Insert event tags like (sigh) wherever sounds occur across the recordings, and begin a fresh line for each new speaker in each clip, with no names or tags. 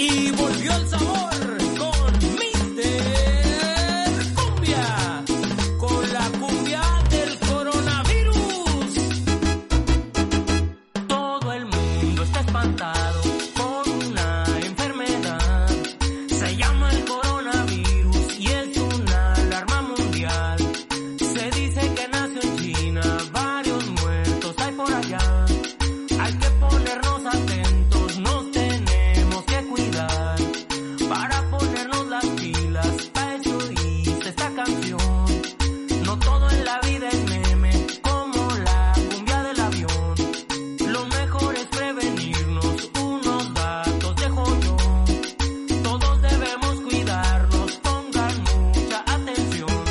Y volvió el sabor con Mister Cumbia, con la cumbia del coronavirus. Todo el mundo está espantado con una enfermedad. Se llama el coronavirus y es una alarma mundial. Se dice que nació en China, varios muertos hay por allá. Hay que ponernos atentos, nos tenemos que cuidar para ponernos las pilas. Para eso hice esta canción. No todo en la vida es meme, como la cumbia del avión. Lo mejor es prevenirnos, unos datos dejo yo. Todos debemos cuidarnos, pongan mucha atención.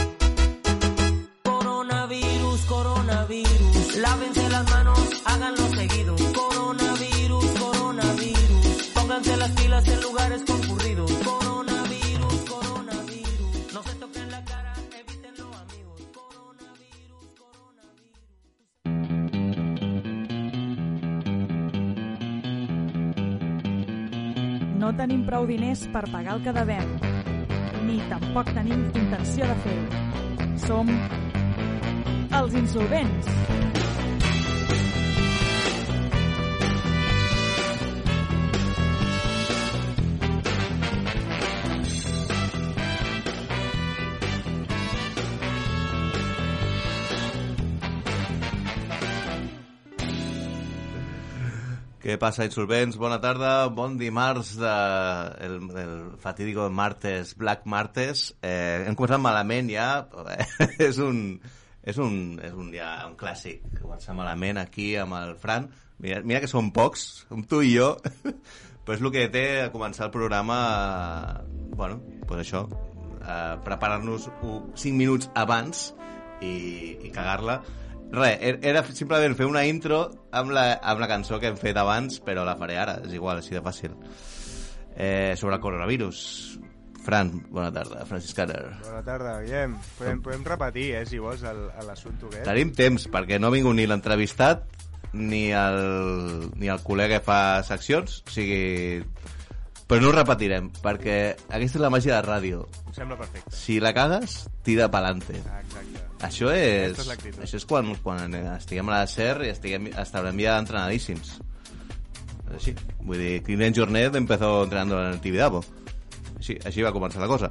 Coronavirus, coronavirus, lávense las manos, háganlo seguido. Coronavirus, coronavirus, pónganse las pilas en lugares concurridos. Coronavirus, coronavirus, no se toquen la cara, evítenlo amigos. Coronavirus, coronavirus.
No tenim prou diners per pagar el que devem, ni tampoc tenim intenció de fer-ho. Som els insolvents.
Què passa, insolvents? Bona tarda, bon dimarts de, el, el fatídico martes, Black Martes. Eh, hem començat malament ja, (laughs) és un... És un, és un, ja, un clàssic, començar malament aquí amb el Fran. Mira, mira que són pocs, amb tu i jo, (laughs) però és el que té a començar el programa, eh, bueno, pues això, eh, preparar-nos 5 minuts abans i, i cagar-la. Res, er- era simplement fer una intro amb la, amb la cançó que hem fet abans, però la faré ara, és igual, així de fàcil. Eh, sobre el coronavirus. Fran, bona tarda, Francis Carter.
Bona tarda, Guillem. Podem, podem repetir, eh, si vols, el- el l'assumpte aquest.
Tenim temps, perquè no ha vingut ni l'entrevistat ni el, ni el col·lega que fa seccions, o sigui... Però no ho repetirem, perquè aquesta és la màgia de ràdio.
Em sembla perfecte.
Si la cagues, tira pa'lante.
Ah, Exacte.
Això és,
Aquesta és l'actitud.
això és quan, quan estiguem a la SER i estiguem, estarem ja entrenadíssims. És Així. Vull dir, Cristian Jornet empezó entrenando en el Tibidabo. Així, així va començar la cosa.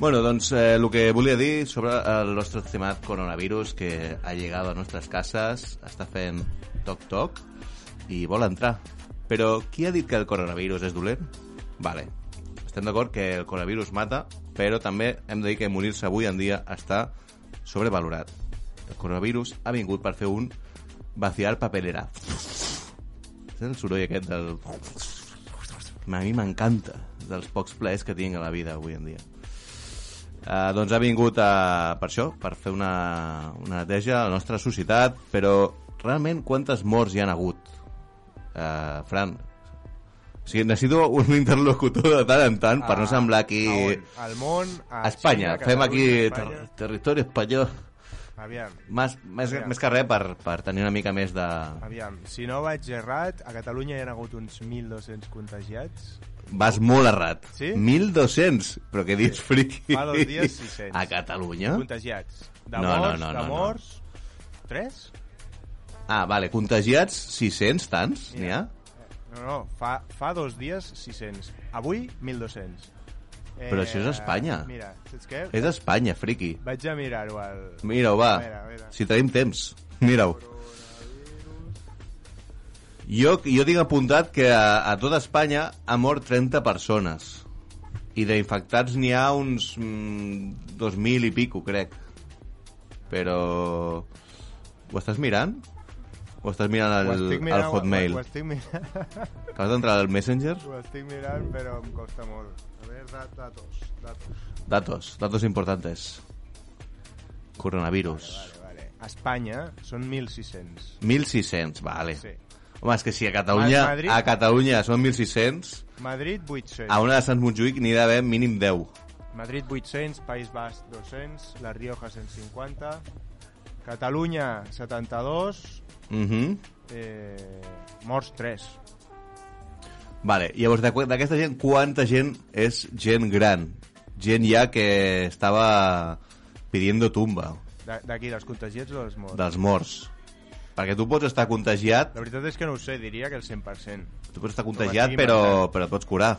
Bueno, doncs eh, el que volia dir sobre el nostre estimat coronavirus que ha llegat a nostres cases, està fent toc-toc i vol entrar. Però qui ha dit que el coronavirus és dolent? Vale, estem d'acord que el coronavirus mata, però també hem de dir que morir-se avui en dia està sobrevalorat. El coronavirus ha vingut per fer un vaciar papelera. És el soroll aquest del... A mi m'encanta, dels pocs plaers que tinc a la vida avui en dia. Uh, doncs ha vingut a, per això, per fer una, una neteja a la nostra societat, però realment quantes morts hi han hagut? Uh, Fran, o sigui, necessito un interlocutor de tant en tant per no semblar aquí...
Ah, A on? Al món, a
A Espanya,
Xina,
fem aquí
Catalunya,
ter
Espanya.
territori espanyol.
Aviam,
Més, més,
Aviam.
més que res per, per tenir una mica més de...
aviam. Si no vaig errat, a Catalunya hi ha hagut uns 1.200 contagiats.
Vas molt errat.
Sí?
1.200, però què dius, friqui?
Fa dos dies, 600.
A Catalunya?
Contagiats. De
Ah? No, no,
morts,
no,
de
no, no.
morts... Tres?
Ah, vale, contagiats 600 tants,
Mira.
n'hi ha?
No, no, fa, fa dos dies 600. Avui, 1.200. Eh,
Però això és Espanya.
Mira, saps què?
És Espanya, friqui.
Vaig a mirar-ho al...
Mira-ho, va.
Mira, mira.
Si tenim temps. Mira-ho. Jo, jo tinc apuntat que a, a tot Espanya ha mort 30 persones i d'infectats n'hi ha uns mm, 2.000 i pico, crec. Però... Ho estàs mirant? O estàs mirant
Ho
el,
estic
el
mirant,
Hotmail?
Ho, ho, estic mirant,
Acabes d'entrar al Messenger?
ho estic mirant, però em costa molt. A veure, da- datos, datos.
Datos, datos importantes. Coronavirus.
Vale, vale. A Espanya són 1.600.
1.600, vale.
Sí.
Home, és que si a Catalunya,
Madrid-
a Catalunya són 1.600,
Madrid, 800.
a una de Sants Montjuïc n'hi ha d'haver mínim 10.
Madrid 800, País Basc 200, La Rioja 150, Catalunya 72,
Mhm.
eh, morts 3.
Vale, llavors d'aqu- d'aquesta gent, quanta gent és gent gran? Gent ja que estava pidiendo tumba
D'a- D'aquí, dels contagiats o dels morts?
dels morts. Perquè tu pots estar contagiat,
La veritat és que no ho sé, diria que el 100%.
tu pots estar
estic
contagiat, però, però et pots curar.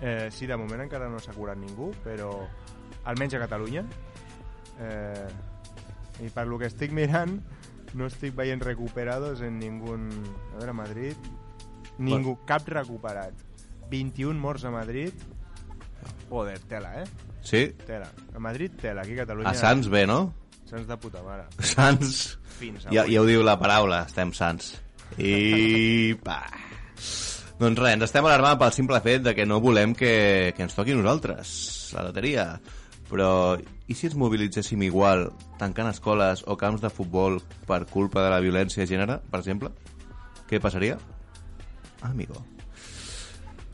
Eh, sí, de moment encara no s'ha curat ningú, però almenys a Catalunya. Eh, I per lo que estic mirant, no estic veient recuperados en ningú... A veure, Madrid... Ningú, cap recuperat. 21 morts a Madrid. Joder, tela, eh?
Sí?
Tela. A Madrid, tela. Aquí a Catalunya...
A Sants bé, no?
Sants de puta mare.
Sants.
Fins
Ja,
avui.
ja ho diu la paraula, estem sants. I... Pa. Doncs res, ens estem alarmant pel simple fet de que no volem que, que ens toqui a nosaltres, la loteria. Però, i si ens mobilitzéssim igual, tancant escoles o camps de futbol per culpa de la violència de gènere, per exemple? Què passaria? Amigo.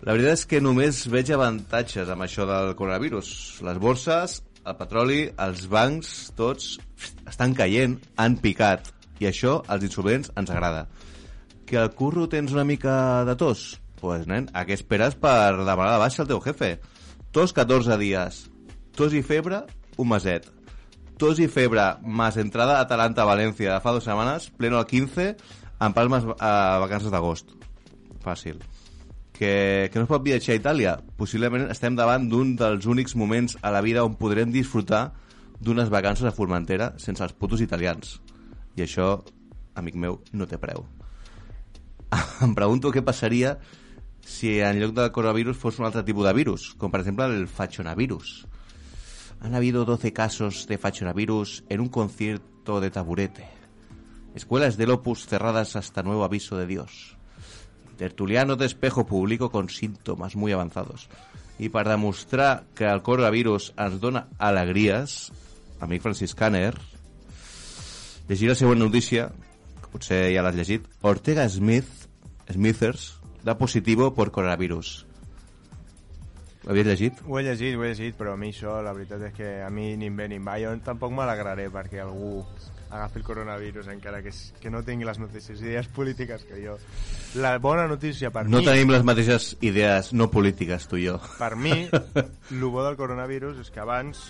La veritat és que només veig avantatges amb això del coronavirus. Les borses, el petroli, els bancs, tots pst, estan caient, han picat. I això, als insolvents, ens agrada. Que al curro tens una mica de tos? Pues, nen, a què esperes per demanar la baixa al teu jefe? Tos 14 dies. Tos i febre, un maset. Tos i febre, más entrada a Atalanta-València de fa dues setmanes, pleno al 15, amb palmes a vacances d'agost. Fàcil que, que no es pot viatjar a Itàlia. Possiblement estem davant d'un dels únics moments a la vida on podrem disfrutar d'unes vacances a Formentera sense els putos italians. I això, amic meu, no té preu. (laughs) em pregunto què passaria si en lloc del coronavirus fos un altre tipus de virus, com per exemple el fachonavirus. Han habido 12 casos de fachonavirus en un concierto de taburete. Escuelas del Opus cerradas hasta nuevo aviso de Dios. Tertuliano de espejo público con síntomas muy avanzados. I per demostrar que el coronavirus ens dona alegries, amic Francis Caner, llegir la següent notícia, que potser ja l'has llegit, Ortega Smith, Smithers, da positivo por coronavirus. L'havies llegit?
Ho he llegit, ho he llegit, però a mi això, la veritat és que a mi ni em ve ni em va. Jo tampoc m'alegraré perquè algú agafi el coronavirus, encara que, s- que no tingui les mateixes idees polítiques que jo. La bona notícia per
No
mi,
tenim les mateixes idees no polítiques, tu i jo.
per mi, el bo del coronavirus és que abans,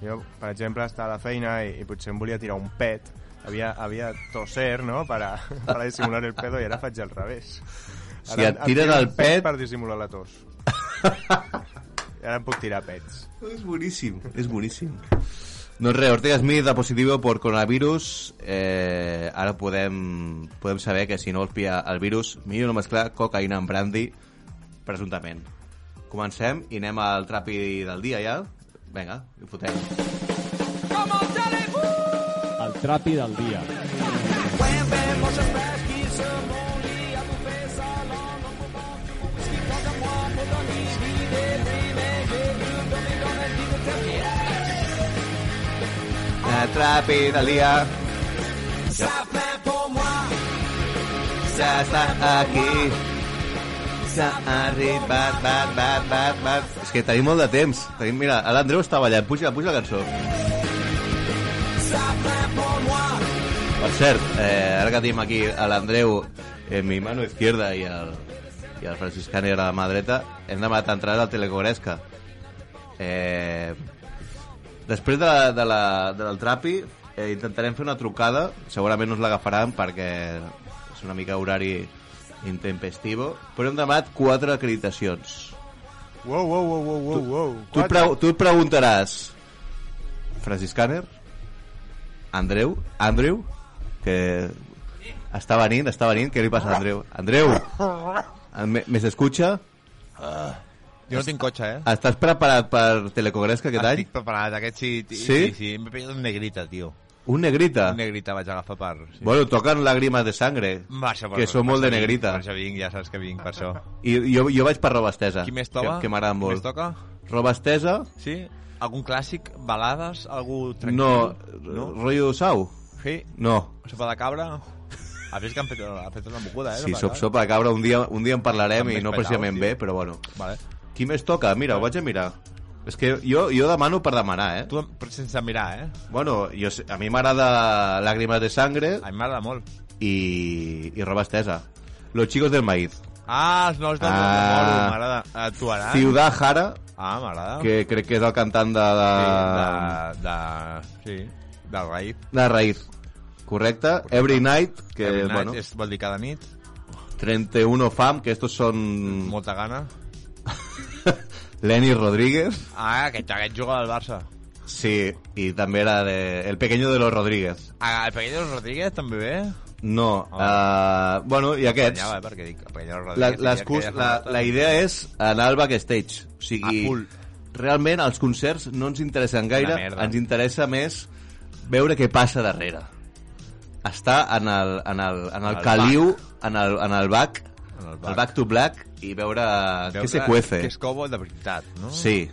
jo, per exemple, estava a la feina i, i potser em volia tirar un pet, havia, havia toser, no?, para, para dissimular el pedo i ara faig al revés.
Si
Ara
et
em- em
tires
tiro un
el pet-
Per dissimular la
(laughs)
tos. I ara em puc tirar pets.
Es buenísimo, es buenísimo. No res, Ortega Smith da positivo por coronavirus. Eh, ara podem, podem saber que si no us pilla el virus, millor no mesclar cocaïna amb brandy, presumptament. Comencem i anem al trapi del dia, ja? Vinga, ho fotem.
El trapi del dia.
El trapi del dia. Ja està aquí. S'ha arribat, bat, bat, bat, bat. És que tenim molt de temps. Tenim, mira, l'Andreu està ballant. Puja, puja la cançó. Per cert, eh, ara que tenim aquí a l'Andreu en mi mano izquierda i el, i el Francis Caner a la mà dreta, hem demanat entrades al Telecoresca. Eh, després de la, de la, del trapi, eh, intentarem fer una trucada. Segurament no us l'agafaran perquè és una mica horari intempestivo. Però hem demanat quatre acreditacions.
Wow, wow, wow, wow, wow, wow.
Tu, et
Quatre.
pregu- tu et preguntaràs... Francis Caner? Andreu? Andreu? Que... Està venint, està venint. Què li passa a Andreu? Andreu! Me, me s'escucha?
Yo no tengo cocha, ¿eh?
Estàs preparat per Telecogresca aquest any?
Estic preparat, aquest sí. t-
Sí? Ah.
Sí, sí, me he pillado un negrita, tío.
Un negrita.
Un Mm. negrita vaig agafar per... Sí.
Bueno, toquen làgrimes de sangre,
Marxa, per-
que són molt de
per això vinc,
negrita.
Per això vinc, ja saps que vinc per això.
I jo, jo vaig per roba estesa.
Qui Ah. més toca?
Que, que m'agrada molt.
Qui més toca?
Roba estesa,
Sí? Algun clàssic? Balades? Algú tranquil?
no, no.
No?
rotllo sau,
Sí?
no.
Sopa de cabra? Has vist que han fet, ha fet una mocuda, eh?
Sí,
sopa de
sop,
cabra?
sopa de cabra, un dia, un dia en parlarem
També
i no
espetau,
precisament
tio.
bé, però bueno.
Vale.
Qui més toca? Mira, ho vaig a mirar. És que jo, jo demano per demanar, eh?
Tu, però sense mirar, eh?
Bueno, jo, sé- a mi m'agrada Làgrimes de Sangre
A mi m'agrada molt.
i, i Roba Estesa. Los chicos del maíz.
Ah, els nous del ah.
Ah.
Moro, m'agrada. Actuaran?
Ciudad Jara,
Ah, m'agrada.
que crec que és el cantant de... de...
Sí, de, de... Sí, del raïf.
de Raíz. Correcte. Every Night, que
Every night
bueno,
és, vol dir cada nit,
31 fam, que estos són
molta gana.
Lenny Rodríguez.
Ah, aquest, aquest juga al Barça.
Sí, i també era de... El pequeño de los Rodríguez.
Ah, el Pequeño Rodríguez també ve?
No,
Ah.
uh, bueno, i aquests.
Callava, eh, perquè dic, el Pequeño
La,
Rodríguez...
l'excus- la, la idea és anar al backstage. O sigui,
A full.
realment els concerts no ens interessen gaire,
Una merda.
ens interessa més veure què passa darrere. Estar en el, en el, en el,
el
caliu, en el, en el back,
En el
el
back.
back to black, i veure, veure què se cuece.
Que és cobo de veritat, no?
Sí,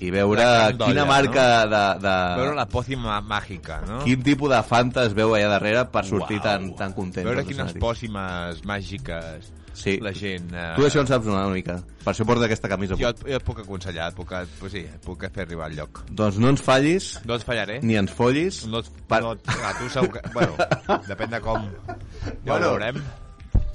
i veure
La gran
quina
dolla,
marca de, de...
Veure la pòcima màgica, no?
Quin tipus de fanta es veu allà darrere per sortir
Uau.
tan, tan content.
Veure
dels
quines
escenaris.
pòcimes màgiques
Sí.
la gent... Eh,
Tu això en saps una mica. Per això porta aquesta camisa.
jo, et, jo et puc aconsellar, et puc, et, pues sí, et puc fer arribar al lloc.
Doncs no ens fallis,
No et fallaré.
ni ens follis.
Eh? No, et-
Per-
no, et- ah, tu segur que... Bueno, depèn de com... Ja
Bueno,
ho veurem.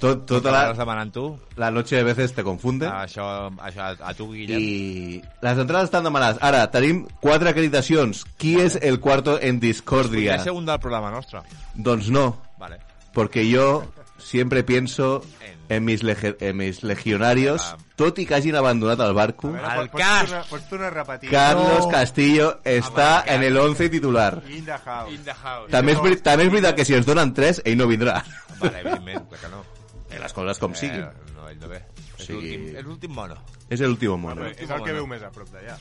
Tot, tota
T'acabaràs
la,
demanant tu.
la noche de veces te confunde.
Ah, això, això a, a tu, Guillem.
I les entrades estan demanades. Ara, tenim quatre acreditacions. Qui és el cuarto en discordia?
Podria ser un del programa nostre.
Doncs no,
Vale.
porque yo siempre pienso en mis, lege- en mis
Em
legionarios, tot i que hagin abandonat el barco.
A veure,
Al
pot- pots,
cas.
tornar, pots tornar a repetir.
Carlos Castillo està en el 11 titular.
In the house.
In the house.
També és, veri- també és veritat que si ens donen 3, ell no vindrà.
Vale, evidentment, clar que no.
Eh, Les coses com siguin.
Eh, no, ell no ve. És
sigui-
l'últim- és l'últim mono.
(laughs) És l'últim món.
Bé, és el que veu més a prop d'allà.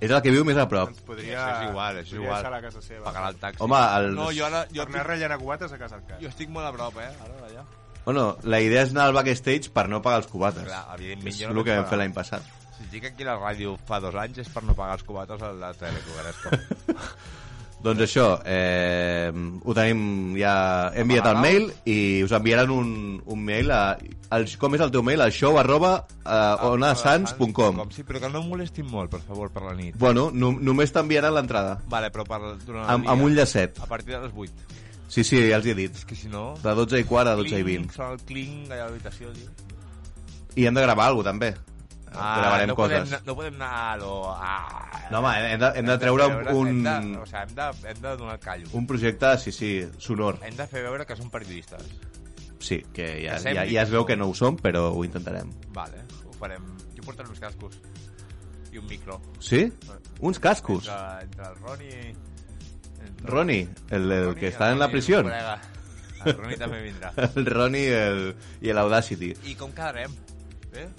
És el que viu més a prop.
Ens podria...
Això és igual, això és
podria
igual.
deixar a la casa seva.
Pagarà el taxi.
Home, els-
No, jo ara... Jo,
Tornar
estic,
rellenar cubates a casa el cas.
jo estic molt a prop, eh? Ara, allà.
Bueno, la idea és anar al backstage per no pagar els cubates.
Clar, evidentment,
és
jo no
el
vaig
que vam
pagar.
fer l'any passat.
Si dic aquí a la ràdio fa dos anys és per no pagar els cubates a la tele, que
(laughs)
ho agradezco.
Doncs això, eh, ho tenim ja... He enviat el mail i us enviaran un, un mail a... El, com és el teu mail? El show arroba eh, onasans.com
Sí, però que no em molestin molt, per favor, per la nit.
Bueno, no, només t'enviaran l'entrada.
Vale, però per durant el
Amb,
dia.
amb un llacet.
A partir de les 8.
Sí, sí, ja els hi he dit.
És que si no...
De 12 i quart a 12 i 20.
Sona el clink allà a l'habitació, tio.
I hem de gravar alguna cosa, també. gravarem
Ah, no
coses.
Podem, anar- no podem anar a lo... A...
Ah, No, home, hem de, hem de treure un,
Hem de, o sigui, hem de, hem de donar el callo.
un projecte, sí, sí, sonor.
Hem de fer veure que som periodistes.
Sí, que ja,
Que
ja,
sembli
ja es
que
veu
som.
que no ho som, però ho intentarem.
Vale, ho farem. Jo portaré uns cascos i un micro.
Sí? Uns cascos.
Entre, entre el Roni... Entre
Roni, el, el
Roni
que
i
està en
Roni,
la prisió.
un col·lega. El Roni també vindrà.
(laughs) El Roni el, i l'Audacity.
I com quedarem? Eh?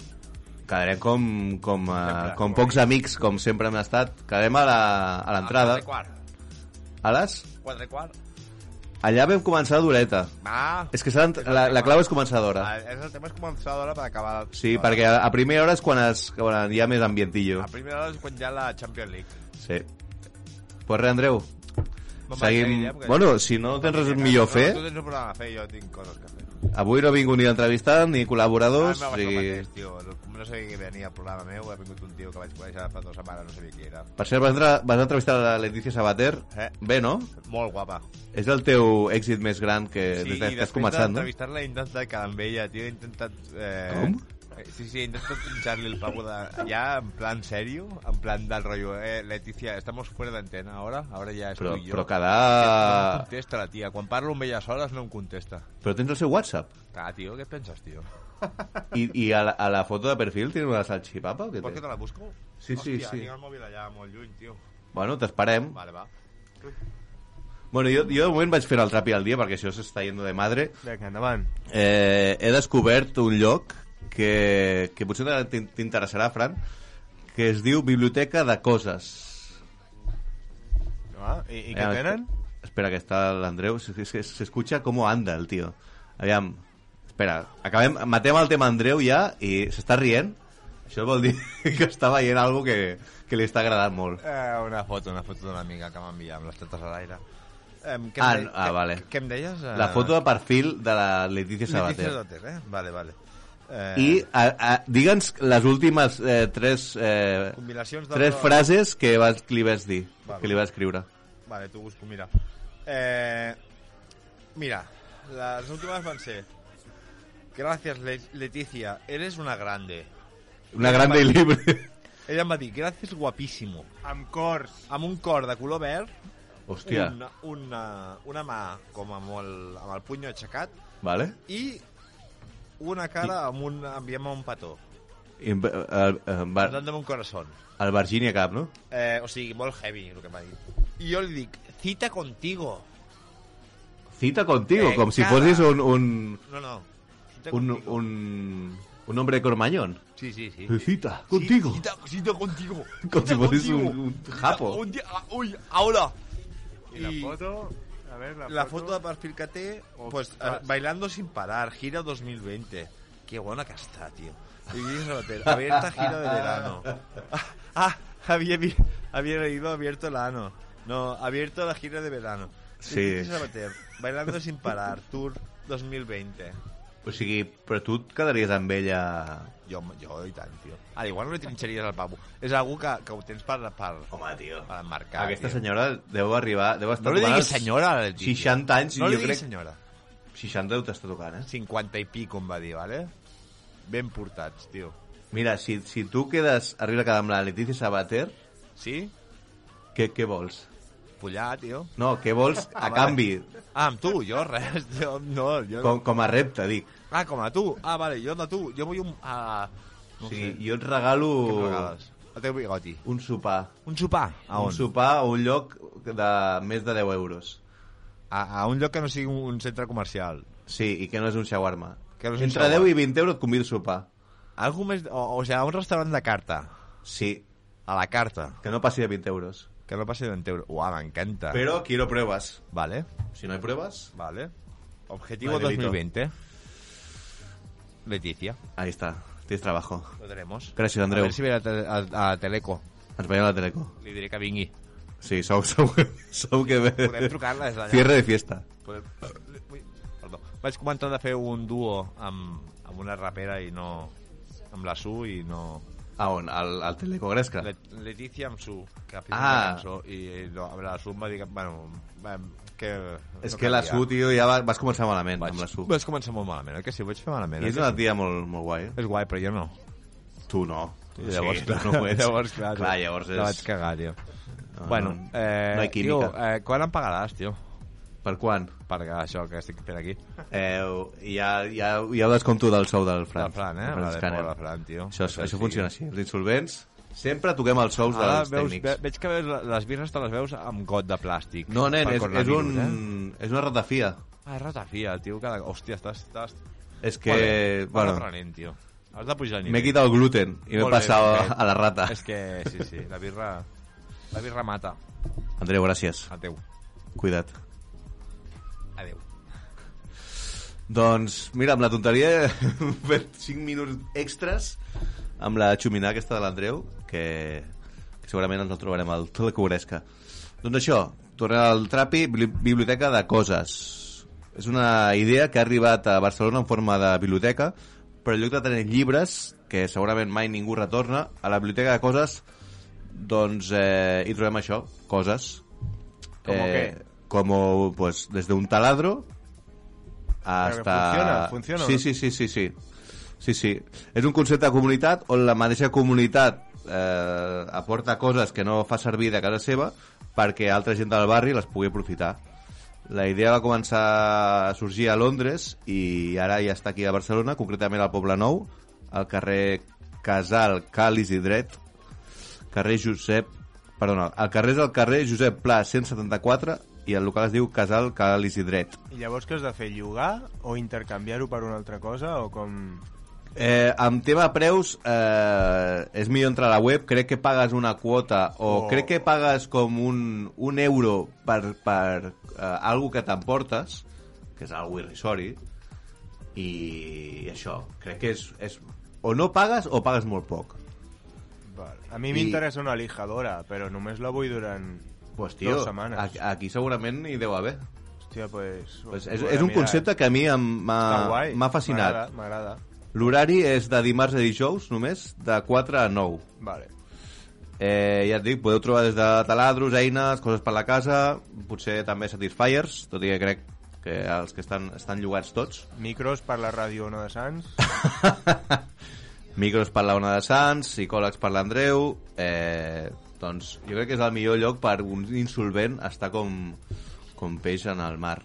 Quedarem com, com, uh,
Sempre.
com pocs amics, com sempre hem estat. Quedarem a la- a l'entrada.
A 4 i quart.
A les...
4 i quart.
Allà vam començar dureta.
Va.
És que s'ha d'ent- la, la clau és començadora.
Ah, és el tema és començar d'hora per acabar...
Sí, perquè a, a primera hora és quan, es, quan hi ha més ambientillo.
A primera hora és quan hi ha la Champions League.
Sí. Pues res, Andreu.
Bon matí,
Seguim...
Guillem, que-
Bueno, si no tens res
No,
millor a fer...
Tu tens un programa a fer, jo tinc coses que fer.
Avui no ha vingut ni entrevistant ni col·laboradors. Ah,
Ara em va passar el
i...
mateix, tio. No- No sabia que venia al programa meu, ha vingut un tio que vaig conèixer fa dues setmanes, no sabia qui era.
Per cert, vas, entrar, vas entrevistar la Letícia Sabater.
Eh.
Bé, no?
Molt guapa.
És el teu èxit més gran que des Eh, de
i
que has
després
començat, no?
d'entrevistar-la he intentat quedar amb ella, tio, he intentat... Eh...
Com?
eh, Sí, sí, he intentat pinxar-li el pavo de... Ja, en plan serio, en plan del rotllo, eh, Leticia, estamos fuera de antena ahora, ahora ya es
Però,
tú y yo.
però
No em
quedar...
contesta la tia, quan parlo amb ella a soles no em contesta.
Però tens el seu WhatsApp.
Clar, Ah, tio, què et penses, tio?
I, i a, la, a la foto de perfil tiene una salchipapa o què
Vols Pues que
té?
te la busco?
Sí, sí,
Hòstia,
sí.
tinc el mòbil allà molt lluny, tio.
Bueno, t'esperem.
Vale, va.
Bueno, jo, jo de moment vaig fer el trapi al dia perquè això s'està yendo de madre.
Vinga, endavant.
Eh, he descobert un lloc que, que potser t'in- t'interessarà, Fran, que es diu Biblioteca de Coses.
No, I, i què
Eh,
tenen?
espe- Espera, que está el Andreu. Es que se, se escucha cómo anda el tío. Aviam, espera, acabem, matem el tema Andreu ja i s'està rient. Això vol dir (laughs) que està veient algo que, que li està agradant molt.
Eh, una foto, una foto d'una amiga que m'ha enviat amb les tetes a l'aire. Em, què
Ah,
em de-
ah,
què-
vale.
Què, em deies?
Ah.
Eh,
La foto de perfil de la Letícia
Leticia
Sabater.
Sabater, eh? Vale, vale. Eh,
I a, a, digue'ns les últimes eh, tres, eh,
Combinacions de-
tres frases que, vas, que li vas dir,
Vale.
que li vas escriure.
Vale, tu busco, mira. Eh, mira, las últimas van a ser... Gracias, Le- Leticia, eres una grande.
Una grande i libre.
Ella em va dir, gràcies guapíssimo.
Amb cors.
Amb un cor de color verd,
(laughs) Hòstia,
una, una, una mà com amb el, amb el puny aixecat
vale?
i una cara amb un, enviem un petó,
I, em- el, el, el,
dant-me un corazón.
el Virginia Cap, no?
Eh, o sigui, molt heavy, el que m'ha dit. I jo li dic, cita contigo.
Cita contigo,
Eh,
com si
cada-
fossis un, un,
No, no. Cita
un,
contigo.
un, un hombre cormañón.
Sí, sí, sí.
Cita contigo.
Sí, cita, cita contigo.
Com si
Cita
fossis
contigo.
un- un
Cita
japo.
un dia- ah, uy, ahora.
I la foto... A ver, la,
la foto de perfil que té, pues,
Ostras.
eh, bailando sin parar, gira 2020. Qué buena que está, tío. Y dice Sabater, abierta gira de
(laughs)
verano. Ah, ah, había, vi- había leído abierto el ano. No, abierto la gira de verano. Y
Sí.
dice Sabater, bailando sin parar, tour 2020.
O sigui, però tu et quedaries amb ella...
Jo, jo i tant, tio. Ah, igual no li trinxaries al pavo. És algú que, que ho tens per, per,
Home, tio.
per emmarcar.
Aquesta
tio.
senyora deu arribar... Deu estar
No li
tocant
diguis
els
senyora, a la Leticia.
60 anys,
No
jo
li diguis
crec-
senyora.
60 deu t'està tocant, eh?
50 i pico em va dir, vale? Ben portats, tio.
Mira, si, si tu quedes, arriba a quedar amb la Letícia Sabater,
Sí?
què, què vols?
Pullar, tio.
No, què
(laughs)
vols a
vale.
canvi?
Ah, amb tu, jo res. (laughs) Jo, no, jo...
Com, com a repte, dic.
Ah, com a tu. Ah, vale, jo de tu. Jo vull un... Ah, no
O
sí,
sigui,
sé.
jo et regalo
Què em regales? El teu bigoti.
un sopar.
Un sopar. A
Un
on?
sopar a un lloc de més de 10 euros.
a, a un lloc que no sigui un centre comercial.
Sí, i que no és un shawarma.
Que no és un
Entre
shawarma.
10 i 20 euros et convido a sopar.
Algo més... O, o sigui, un restaurant de carta.
Sí,
A la carta.
que no passi de 20 euros.
Que no passi de 20 euros. Uah, m'encanta.
Pero quiero pruebas.
Vale,
Si no hay pruebas...
vale. Objetivo
Vale, Lito.
2020. Leticia.
Ahí está, tienes trabajo.
Lo tenemos.
Gràcies, Andreu.
A ver si ve a, te- a, a Teleco.
Ens veiem a la Teleco.
Li diré que vingui.
Sí, sou, (laughs) sou, sou que ve.
Podem trucar-la des d'allà.
Cierre de fiesta.
Podem... Ui, Perdó. Vaig comentar de fer un duo amb, amb una rapera i no... Amb la Su i no...
A on? Al, al Teleco Gresca?
Let Leticia amb Su, que ha fet
Ah.
una cançó i no, amb la Su em va dir que... Bueno, em- que...
És
no
que la
calia.
Su, tio, ja va- vas començar malament
Vaig,
amb la Su.
Vaig començar molt malament, eh? Que sí, ho vaig fer malament.
I
eh?
és una tia molt, molt guai. eh?
És guai, però jo no.
Tu no. Tu, llavors,
Sí,
tu no ho ets.
(laughs) Llavors, clar,
clar
tio,
llavors
La vaig
és...
cagar, tio.
No,
bueno,
no,
eh,
no hi ha química.
Tio, eh, quan em pagaràs, tio?
Per quan?
Per això que estic fent aquí.
Eh, ja, ja, ja ho descompto del sou del Fran.
Del Fran, eh?
Del
Vale,
Scanner.
pobre Fran, tio.
Això,
Això
això, això
sí.
funciona així. Els insolvents sempre toquem els sous
Ara
dels
veus, ve,
tècnics.
veig que veus la- les birres te les veus amb got de plàstic.
No, nen,
Per
és, és,
coronavirus,
un, és una ratafia.
Eh? Ah, és ratafia, el tio. Cada... Hòstia, estàs... estàs...
És que,
Vale, vas
bueno,
aprenent, tio. Has de pujar el nivell.
m'he quitat el gluten i m'he
Molt bé,
passat
molt
a,
bé.
a la rata.
És que, sí, sí, la birra... La birra mata.
Andreu, gràcies.
Adeu.
Cuida't.
Adeu.
Doncs, mira, amb la tonteria (laughs) hem fet 5 minuts extras amb la xuminà aquesta de l'Andreu, que, que segurament ens el trobarem al Telecobresca. Doncs això, tornem al Trapi, bibli- Biblioteca de Coses. És una idea que ha arribat a Barcelona en forma de biblioteca, però en lloc de tenir llibres, que segurament mai ningú retorna, a la Biblioteca de Coses doncs eh, hi trobem això, coses.
¿Cómo qué?
Como, pues, desde un taladro hasta...
funciona, funciona,
Sí,
no?
sí, sí, sí, sí. Sí, sí. És un concepte de comunitat on la mateixa comunitat eh, aporta coses que no fa servir de casa seva perquè altra gent del barri les pugui aprofitar. La idea va començar a sorgir a Londres i ara ja està aquí a Barcelona, concretament al Poble Nou, al carrer Casal Càlis i Dret, carrer Josep... Perdona, el carrer és el carrer Josep Pla 174 i el local es diu Casal Càlis i Dret.
I llavors què has de fer? Llogar o intercanviar-ho per una altra cosa? O com...
Eh, amb tema preus, eh, és millor entrar a la web, crec que pagues una quota o
Oh.
crec que pagues com un, un euro per, per eh, algo que t'emportes, que és algo irrisori, i, això, crec que és, és... O no pagues o pagues molt poc.
Vale. A mi
I-
m'interessa una lijadora, però només la vull durant...
Pues, tio,
Dues setmanes.
a- aquí segurament hi deu haver.
Hòstia, pues...
Pues
ho
és,
voy a
és un
mirar. eh.
concepte que a mi em-
Està
m'ha
guai.
m'ha fascinat.
M'agrada, M'agrada.
L'horari és de dimarts a dijous, només, de 4 a 9.
Vale.
Eh, ja et dic, podeu trobar des de taladros, eines, coses per la casa, potser també Satisfiers, tot i que crec que els que estan, estan llogats tots.
Micros per la ràdio Ona
(laughs)
de Sants.
Micros per la Ona de Sants, psicòlegs per l'Andreu... Eh, doncs jo crec que és el millor lloc per un insolvent estar com, com peix en el mar.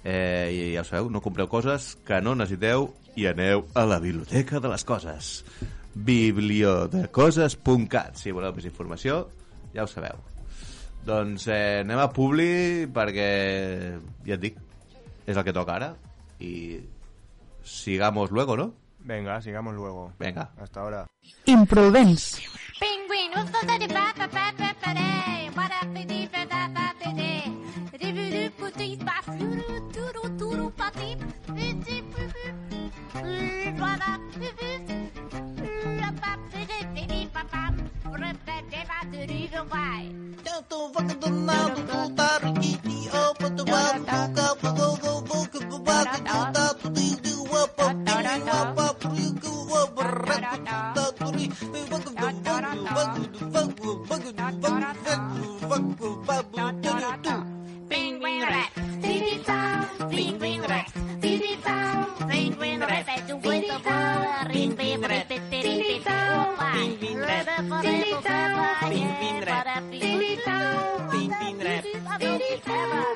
Eh, I ja ho sabeu, no compreu coses que no necessiteu i aneu a la Biblioteca de les Coses. bibliodecoses.cat Si voleu més informació, ja ho sabeu. Doncs eh, anem a Publi perquè, ja et dic, és el que toca ara i sigamos luego, ¿no?
Venga, sigamos luego.
Venga.
Hasta ahora.
Imprudents.
Pinguinos de débat, papa, papa, day. What a pity, papa, papa, day. Révolu, petit, pas, flou, touro, touro, pati, piti, pupu. Voilà, pupu. Le pape, piti, papa. Repet, débat, de rive, ouais. Penguin rap, diddy down, penguin rap, diddy down, penguin rap, diddy down, penguin rap, diddy down, penguin rap, diddy down, penguin rap, diddy down, penguin rap, diddy down,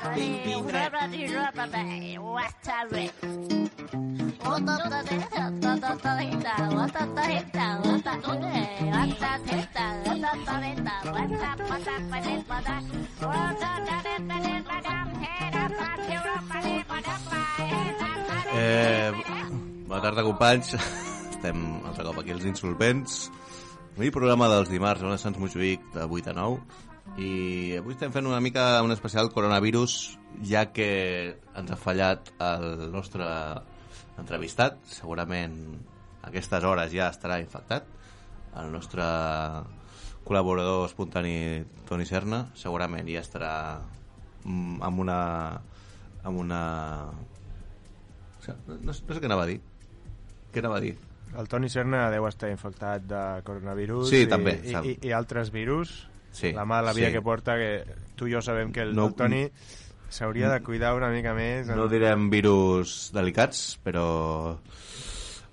penguin rap, diddy down, what a rap. What a rap, what a rap, what a rap, what a rap, what a rap.
Eh,
(laughs)
(laughs)
bona tarda, companys. Estem altre cop aquí els Insolvents. Avui programa dels dimarts, a Sants Montjuïc, de 8 a 9. I avui estem fent una mica un especial coronavirus, ja que ens ha fallat el nostre entrevistat. Segurament a aquestes hores ja estarà infectat. El nostre col·laborador espontani Toni Serna segurament ja estarà mm, amb una amb una o sigui, no, no sé què anava a dir. Què anava a dir?
El Toni Serna deu estar infectat de coronavirus
Sí,
i,
també,
i,
sap.
i, i altres virus.
Sí,
la mala vida
sí.
que porta, que tu i jo sabem que el,
No- mm.
el Toni s'hauria de cuidar una mica més.
No direm virus delicats, però...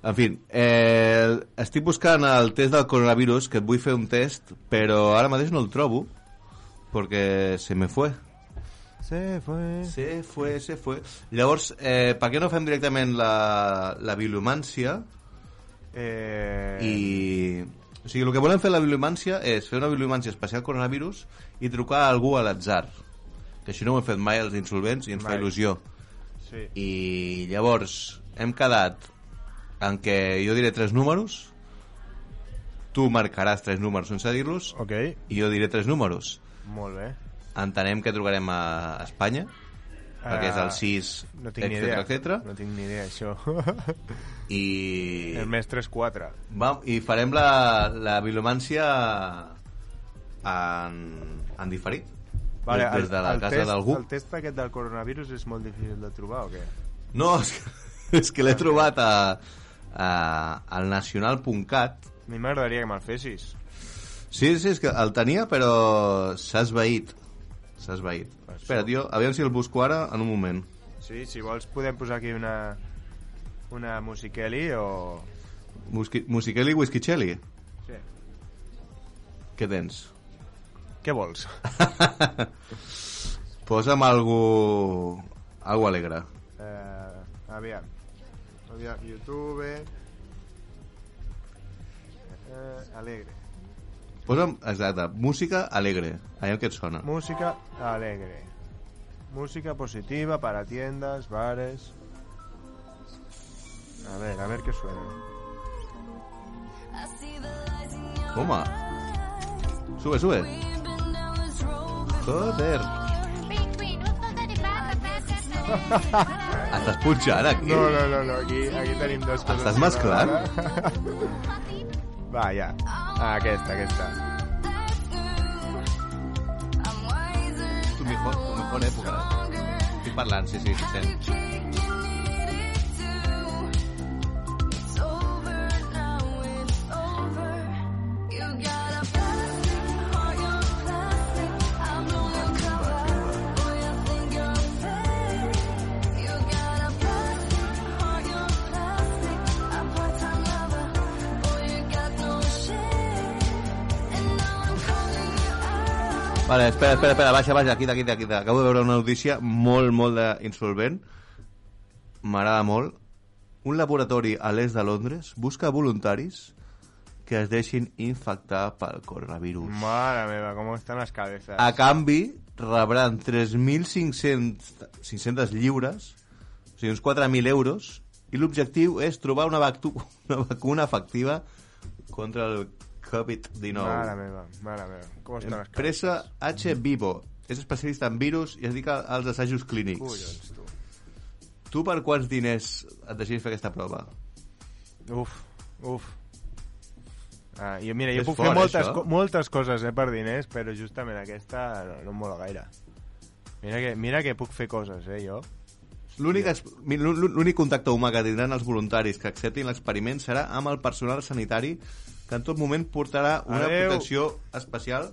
En fi, eh, estic buscant el test del coronavirus, que et vull fer un test, però ara mateix no el trobo, perquè se me fue.
Se fue.
Se fue, se fue. Llavors, eh, per què no fem directament la, la bibliomància?
Eh,
I... O sigui, el que volem fer a la bibliomància és fer una bibliomància especial coronavirus i trucar a algú a l'atzar. Que això no ho hem fet mai els insolvents i ens fa
Mai.
il·lusió.
Sí.
I llavors hem quedat en què jo diré tres números, tu marcaràs tres números sense dir-los
Ok,
i jo diré tres números.
molt bé.
Entenem que trucarem a Espanya, perquè és el 6,
Ah, No tinc ni
etcètera,
idea.
etcètera.
No tinc ni idea,
(laughs)
això.
i...
El mes 3-4.
Va, I farem la, la bibliomància en, en diferit.
Vale,
des, des de la
el, el
casa
test,
d'algú.
El test aquest del coronavirus és molt difícil de trobar, o què?
No, (laughs) és que, és que l'he trobat a, a, al nacional.cat.
A mi m'agradaria que me'l fessis.
Sí, sí, és que el tenia, però s'ha esvaït. S'ha esvaït. Espera, tio, aviam si el busco ara en un moment.
Sí, si vols podem posar aquí una, una musiqueli o...
Musqui, musiqueli Whiskichelli,
Sí.
què tens?
Què
(laughs)
vols?
Posa'm algo... algo alegre.
Eh, aviam. Aviam, YouTube... Eh, alegre.
Posa'm, exacte, música alegre. Allà que et sona.
Música alegre. Música positiva para tiendas, bares... A ver, a ver qué suena.
Toma. Sube, sube. Joder. Estàs punxant aquí?
No, no, no, no. Aquí, aquí tenim dos coses.
Estàs mesclant?
Va, ja. Ah, aquesta, aquesta.
Tu mejor, tu mejor època. Estic parlant, sí, sí, sí. sent. Vale, espera, espera, espera, baixa, baixa, quita, quita, quita. Acabo de veure una notícia molt, molt d'insolvent. M'agrada molt. Un laboratori a l'est de Londres busca voluntaris que es deixin infectar pel coronavirus.
Mare meva, com estan les cabezas.
A canvi, rebran 3.500 500 lliures, o sigui, uns 4.000 euros, i l'objectiu és trobar una, vactu, (laughs) una vacuna efectiva contra el
Mare
Covid-19.
meva, mare meva. Com estan les cabezas.
Empresa H. Vivo és especialista en virus i es dedica als assajos clínics.
Collons, tu.
Tu per quants diners et deixis fer aquesta prova?
Uf, uf. Ah, jo, mira, jo
És
puc
fort,
fer moltes,
això.
co moltes coses eh, per diners, però justament aquesta no, no em mola gaire. Mira que, mira que puc fer coses, eh, jo.
L'únic es- l'ú- l'ú- l'únic contacte humà que tindran els voluntaris que acceptin l'experiment serà amb el personal sanitari que en tot moment portarà una
Adeu.
protecció especial.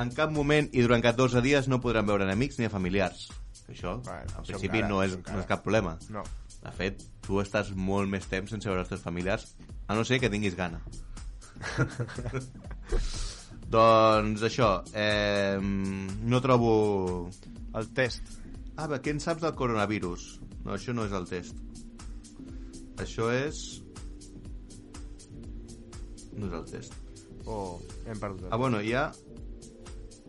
En cap moment i durant 14 dies no podran veure enemics ni a familiars. Això,
Bueno,
en
això
principi,
encara,
no, és,
això encara.
no és cap problema.
No.
De fet, tu estàs molt més temps sense veure els teus familiars, a no ser que tinguis gana. doncs això, eh, no trobo
El test.
Ah, bé, què en saps del coronavirus? No, això no és el test. Això és... No és el test.
O oh, hem perdut el
Ah, bueno, hi ha...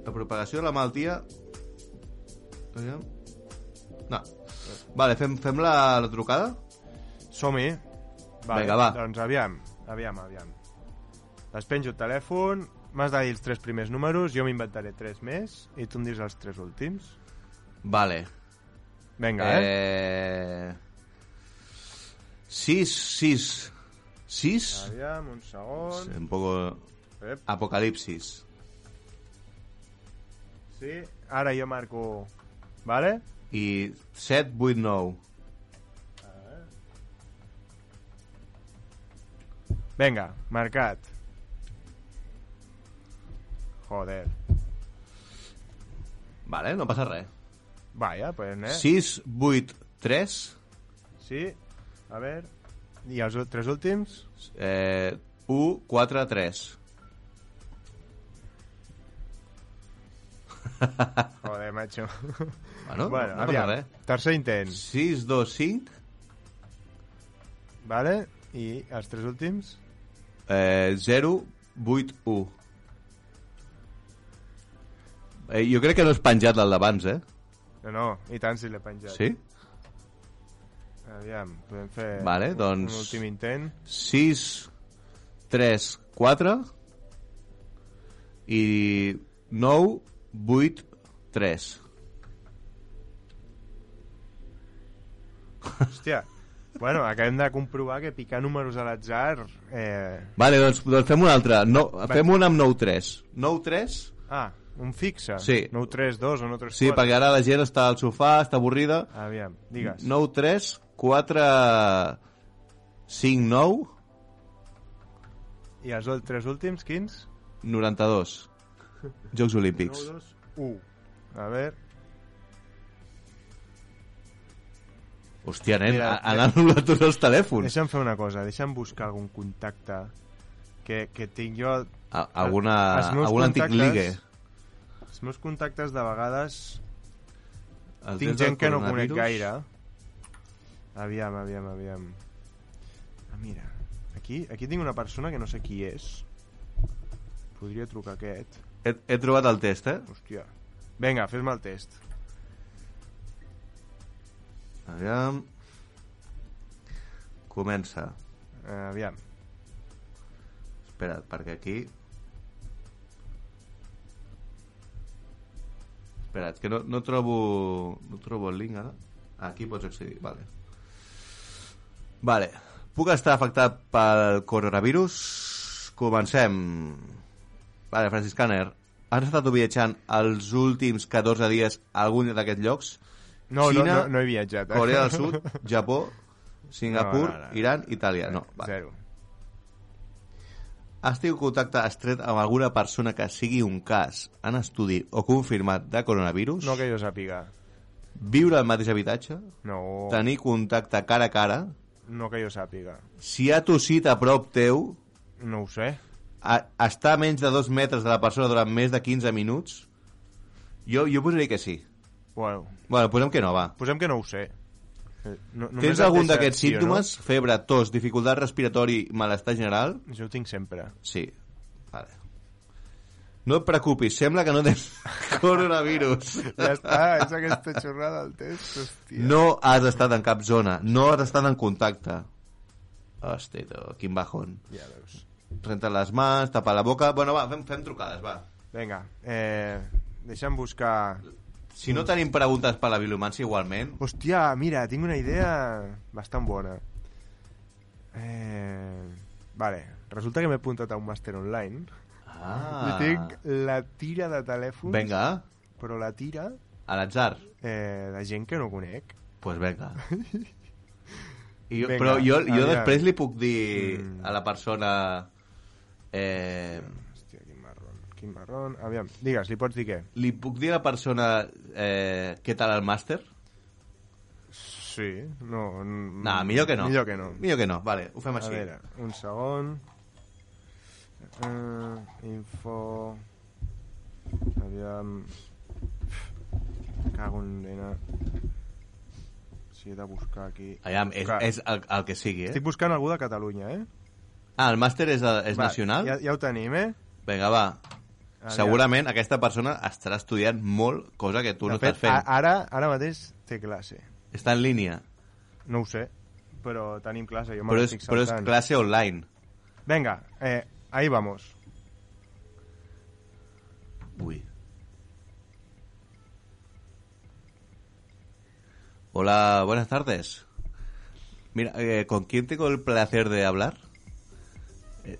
La propagació de la malaltia... Aviam. No. Vale, fem, fem la, la trucada?
Som-hi. Vale,
Vinga, va.
Doncs aviam, aviam, aviam. Despenjo el telèfon, m'has de dir els tres primers números, jo m'inventaré tres més i tu em dius els tres últims.
Vale.
Vinga, eh?
Eh... 6, 6. 6?
Aviam, un segon.
Un poco...
Sí. Ep,
Apocalipsis.
sí. Ara jo marco... Vale?
I 7, 8, 9.
Vinga, marcat. Joder.
Vale, no passa res.
Vaja, pues, eh?
6, 8, 3,
Sí. A veure... I els ú- tres últims?
eh, 1, 4, 3.
Joder, macho. (laughs)
Bueno,
bueno,
Ah, no passa
aviam.
res.
Tercer intent.
6, 2, 5,
Vale? I els tres últims?
eh, 0, 8, 1. Eh, jo crec que no has penjat el d'abans, eh?
No, no, i tant si l'he penjat.
Sí?
Aviam, podem fer
Vale,
un,
doncs-
un últim intent.
6, 3, 4 i 9, 8, 3.
Hòstia, bueno, acabem de comprovar que picar números a l'atzar... Eh...
Vale, doncs, doncs fem un altre. No, fem un amb 9, 3. 9, 3...
Ah, un fixe.
Sí.
No ho 3, 2 o no 3,
Sí, perquè ara la gent està al sofà, està avorrida.
Aviam, digues.
9, 3, 4, 5, 9,
I els ol- tres últims, quins?
92. Jocs Olímpics.
2, 1. A veure...
Hòstia, nen,
Mira,
han anul·lat tots els telèfons.
Deixa'm fer una cosa, deixa'm buscar algun contacte que, que tinc jo...
A- Alguna,
Els meus
algun antic
contactes-
ligue.
Els meus contactes de vegades
El test
Tinc
del
gent que no conec
coronavirus.
gaire. Aviam, aviam, aviam. Ah, mira. Aquí, aquí tinc una persona que no sé qui és. Podria trucar aquest.
He, he trobat el test, eh?
Hòstia. Vinga, fes-me el test.
Aviam. Comença.
Uh, aviam.
Espera't, perquè aquí... Espera't, que no, no trobo... No trobo el link, ara. Ah, Aquí pots accedir, vale. Vale. Puc estar afectat pel coronavirus? Comencem. Vale, Francis Canner. Has estat viatjant els últims 14 dies a algun d'aquests llocs?
No, no,
Xina,
no, no he viatjat. Eh?
Corea del Sud, Japó, Singapur,
No, no, no.
Iran, Itàlia. No, vale.
(laughs) Zero.
Has tingut contacte estret amb alguna persona que sigui un cas en estudi o confirmat de coronavirus?
No que jo sàpiga.
Viure al mateix habitatge?
No,
Tenir contacte cara a cara?
no que jo sàpiga.
Si ha tossit a prop teu?
No ho sé.
A, estar a menys de dos metres de la persona durant més de 15 minuts? Jo, jo posaria que sí.
Bueno,
Bueno, posem que no, va.
posem que no ho sé. Eh, No, només
Tens
et
algun
deixa
d'aquests
sí o
símptomes? Febre, tos, dificultat respiratori, malestar general?
No? Jo ho tinc sempre.
Sí. Vale. No et preocupis, sembla que no tens (laughs) coronavirus.
Ja està, és aquesta xorrada del test, hòstia.
No has estat en cap zona, no has estat en contacte. Hòstia, tu, quin bajón.
Ja veus.
Renta les mans, tapa la boca... Bueno, va, fem, fem trucades, va.
Vinga, eh, deixa'm buscar...
Si no tenim preguntes per la bilomància igualment...
Hòstia, mira, tinc una idea bastant bona. Eh, vale, resulta que m'he apuntat a un màster online ah. i
Ah,
tinc la tira de telèfons,
Vinga,
però la tira
a l'atzar.
eh, de gent que no conec.
Pues
(laughs)
venga. I jo,
Venga,
però jo, jo
aviam.
després li puc dir
Mm.
a la persona... Eh,
Hòstia, quin marrón, quin marrón. Aviam, digues, li pots dir què?
li puc dir a la persona eh, què tal el màster?
Mm. Sí, no... n-
No, millor que no.
Millor que no.
Millor que no, vale, ho fem
A
així.
veure, un segon. Uh, info... Aviam... Cago en nena. Si he de buscar aquí...
Aviam, és,
Clar,
és el, el que sigui, eh?
Estic buscant algú de Catalunya, eh?
Ah, el màster és, és
Va,
nacional?
Ja, ja ho tenim, eh?
Vinga, va.
Aviam.
Segurament aquesta persona estarà estudiant molt, cosa que tu
De
no
fet,
estàs fent.
a- ara, ara mateix té classe.
Està en línia,
No ho sé, però tenim classe. Jo me
però és,
l'estic
però és
saltant.
classe online.
Venga, eh, ahí vamos.
Ui. Hola, buenas tardes. Mira, eh, ¿con quién tengo el placer de hablar? Eh,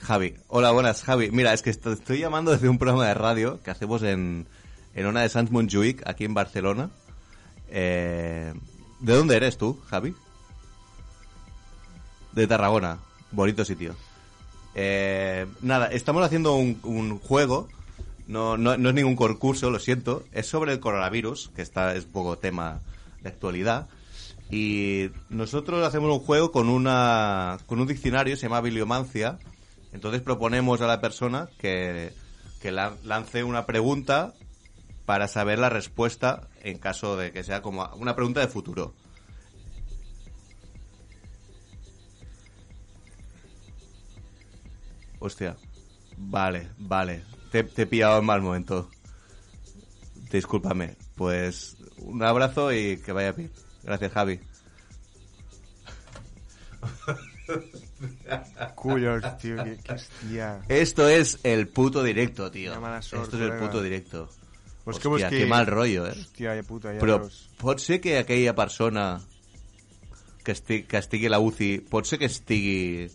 Javi. Hola, buenas, Javi. Mira, es que est- estoy llamando desde un programa de radio que hacemos en, en una de Sans Montjuic, aquí en Barcelona. Eh, ¿De dónde eres tú, Javi? De Tarragona. Bonito sitio. Eh, nada, estamos haciendo un, un juego. No, no, no es ningún concurso, lo siento. Es sobre el coronavirus, que está, es un poco tema de actualidad. Y nosotros hacemos un juego con, una, con un diccionario, se llama Bibliomancia. Entonces proponemos a la persona que, que la- lance una pregunta para saber la respuesta en caso de que sea como una pregunta de futuro. Hostia. Vale, vale. Te, te he pillado en mal momento. Discúlpame. Pues un abrazo y que vaya bien. Gracias, Javi.
Collons, tio, que, que hòstia.
Esto es el puto directo, tío.
Qué mala suerte,
Esto es el
colega.
puto directo.
Pues que
Hostia,
busqui-
qué mal rollo, eh.
Hòstia, ja puta, ja
Però
veus.
pot ser que aquella persona que, esti, que estigui a la UCI, pot ser que estigui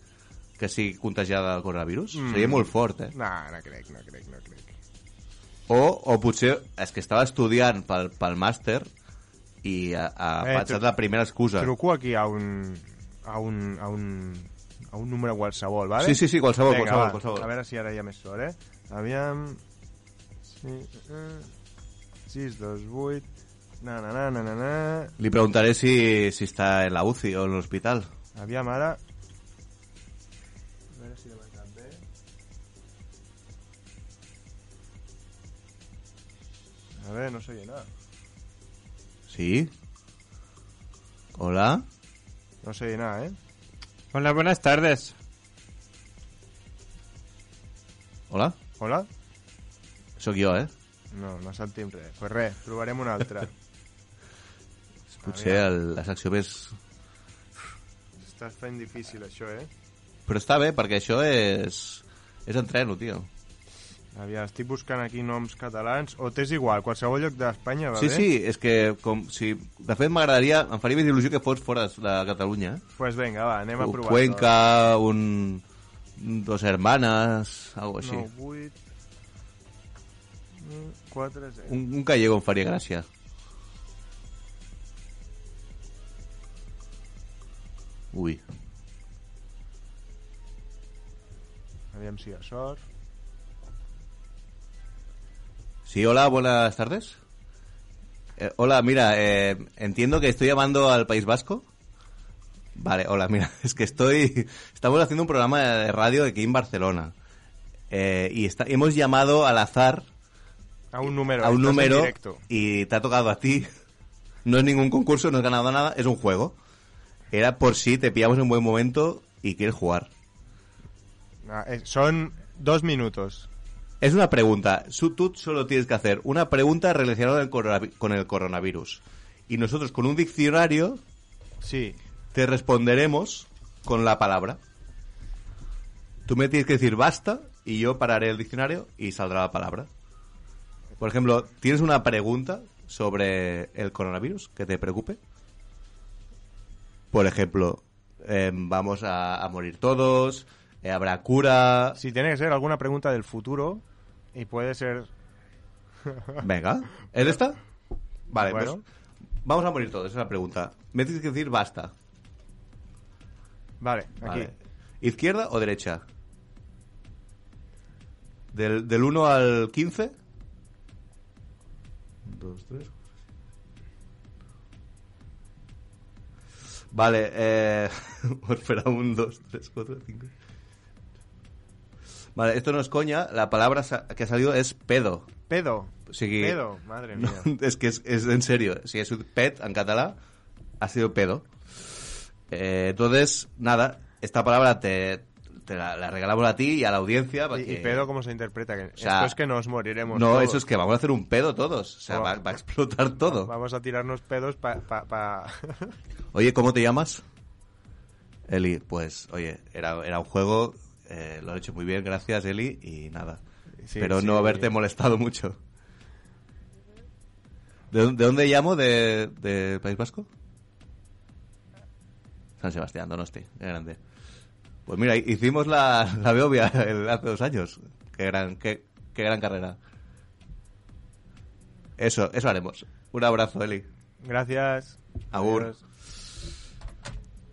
que sigui contagiada del coronavirus? Mm. Seria molt fort, eh?
No, no crec, no crec, no crec.
O, o potser és que estava estudiant pel, pel màster i ha, ha
Eh,
eh, passat
tru-
la primera excusa.
Truco aquí a un... a un... a un... a un número qualsevol, vale?
Sí, sí, sí, qualsevol,
Vinga,
qualsevol,
va,
qualsevol.
A veure si ara hi ha més sort, eh? Aviam... Sí, eh, 6, 2, 8... Na, na, na, na, na, na...
Li preguntaré si, si està en la UCI o en l'hospital.
Aviam ara... A veure si demà cap bé... A veure, no s'oye nada.
Sí? Hola?
No s'oye nada, eh?
Hola, buenas tardes.
Hola?
Hola?
Sóc jo, eh?
No, no sentim res. Pues res, provarem un
(laughs)
altre.
Potser el, la secció més...
Està fent difícil això, eh?
Però està bé, perquè això és... És entreno, tio.
Aviam, estic buscant aquí noms catalans. O t'és igual, qualsevol lloc d'Espanya va
Sí,
bé?
sí, és que com, si, de fet m'agradaria, em faria més il·lusió que fos fora de Catalunya. Eh?
Pues vinga, va, anem a
Un
provar.
Cuenca, un, dos hermanes, algo així.
9, 8... 4, 0.
Un, un gallego em faria gràcia. Ui,
Aviam si hi ha sort.
Sí, hola, buenas tardes. Eh, hola, mira, eh, entiendo que estoy llamando al País Vasco. Vale, hola, mira, (laughs) es que estoy. Estamos haciendo un programa de radio aquí en Barcelona. Eh, y está, hemos llamado al azar
A un número.
a un
estàs en
número
directo.
y te ha tocado a ti. (laughs) No es ningún concurso, no has ganado nada, es un juego. Era por si te pillamos en buen momento y quieres jugar.
Ah, eh, son dos minutos.
Es una pregunta. Su- Tú solo tienes que hacer una pregunta relacionada del coronavi- con el coronavirus. Y nosotros con un diccionario
Sí.
te responderemos con la palabra. Tú me tienes que decir basta y yo pararé el diccionario y saldrá la palabra. Por ejemplo, ¿tienes una pregunta sobre el coronavirus que te preocupe? Por ejemplo, em, vamos a, a morir todos, eh, habrá cura.
Si tiene que ser alguna pregunta del futuro, y puede ser...
Venga, ¿es esta? Vale,
Bueno.
pues vamos a morir todos, esa es la pregunta. Me tienes que decir basta.
Vale, aquí.
Vale. ¿Izquierda o derecha? Del, del 1 al 15. 2, 3. Vale, eh. (laughs) Espera, 1, 2, 3, 4, 5. Vale, esto no es coña, la palabra sa- que ha salido es pedo.
Pedo.
O sigui,
Pedo, madre
(laughs) No,
mía.
és que és, és en serio. Si ha sido pet en català, ha sido pedo. Eh, entonces, nada, esta palabra te, te la, la regalamos a ti y a la audiencia. para
Y, y
que-
pedo cómo se interpreta? Que
sea,
esto es que nos moriremos
No,
todos.
eso es que vamos a hacer un pedo todos. O sea,
Oh.
va, va a
(laughs)
explotar todo.
Vamos a tirarnos pedos para... Pa, pa...
Oye, ¿cómo te llamas? Eli, pues, oye, era, era un juego, eh, lo han hecho muy bien, gracias Eli, y nada.
(laughs) Sí,
Espero
sí,
no haberte
Eli.
molestado mucho. ¿De, dó- de dónde llamo? ¿De, de País Vasco? San Sebastián, Donosti, qué grande. Pues mira, hicimos la, la Beovia el- hace dos años. Qué gran, qué, qué gran carrera. Eso, eso haremos. Un abrazo, Eli.
Gracias.
Agur.
Adiós.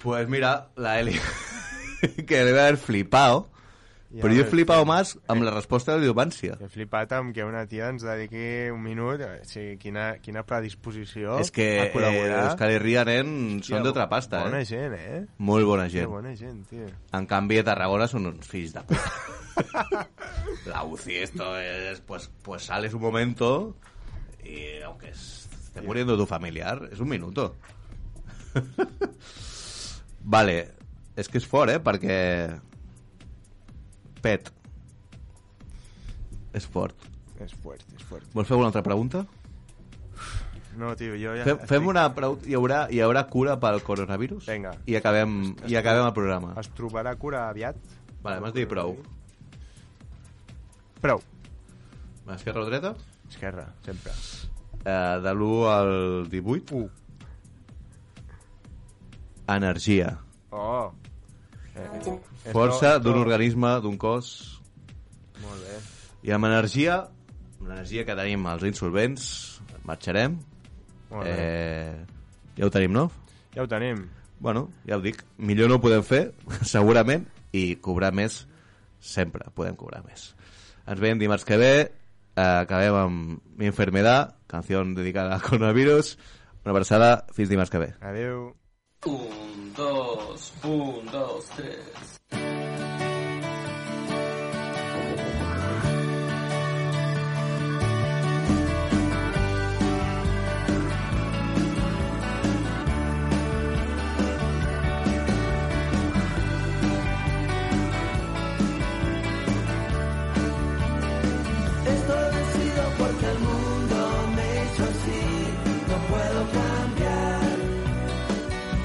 Pues mira, la Eli, (laughs) que debe haber flipado.
Ja
però jo he
ves,
flipado
tio.
más amb la resposta de l'Iubància.
He flipat amb que una tia ens dediqui un minut. O sigui, quina, quina predisposició
És que
a col·laborar.
eh, Euskal Herria, nen, són d'altra pasta,
bona
eh?
Gent, eh?
Molt bona
Que
gent.
bona gent, tio.
En canvi, a Tarragona són uns fills de puta. (laughs) la UCI, esto es... Pues, pues sales un momento y aunque es- esté muriendo tu familiar, es un minuto. (laughs) vale, és que és fort, eh? Perquè... Pet. És fort.
És fort, és fort.
Vols fer una altra pregunta?
No, tio, jo ja...
Fem, fem una pregunta. Hi haurà, hi haurà cura pel coronavirus?
Vinga.
I acabem, i acabem el programa.
Es trobarà cura aviat?
Vale, m'has de dir prou.
Prou.
Esquerra o dreta?
Esquerra, sempre.
Eh, de l'1 al 18.
U.
Energia.
Oh. Eh, eh,
Força
esto-
d'un
esto-
organisme, d'un cos.
Molt bé.
I amb energia, amb l'energia que tenim els insolvents, marxarem.
Molt bé.
Eh, ja ho tenim, no?
Ja ho tenim.
Bueno, ja ho dic. Millor no ho podem fer, (laughs) segurament, i cobrar més sempre. Podem cobrar més. Ens veiem dimarts que ve. Eh, acabem amb Mi enfermedad, canció dedicada al coronavirus. Una abraçada. Fins dimarts que ve.
Adéu.
Un, dos, un, dos, tres.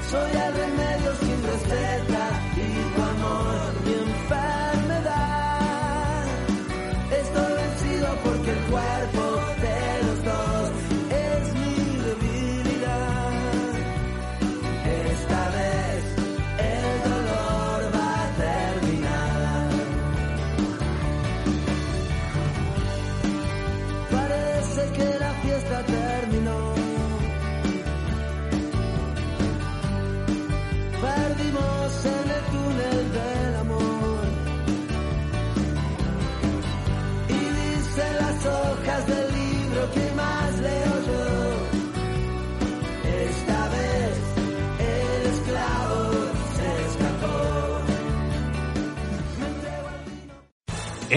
Soy el remedio sin receta y tu amor